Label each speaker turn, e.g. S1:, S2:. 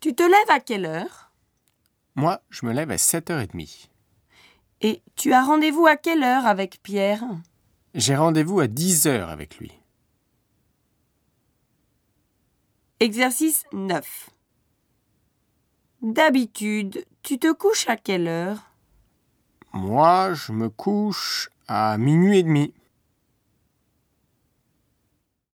S1: Tu te lèves à quelle heure
S2: Moi, je me lève à 7h30.
S1: Et tu as rendez-vous à quelle heure avec Pierre
S2: J'ai rendez-vous à 10h avec lui.
S1: Exercice 9. D'habitude, tu te couches à quelle heure
S2: Moi, je me couche à minuit et demi.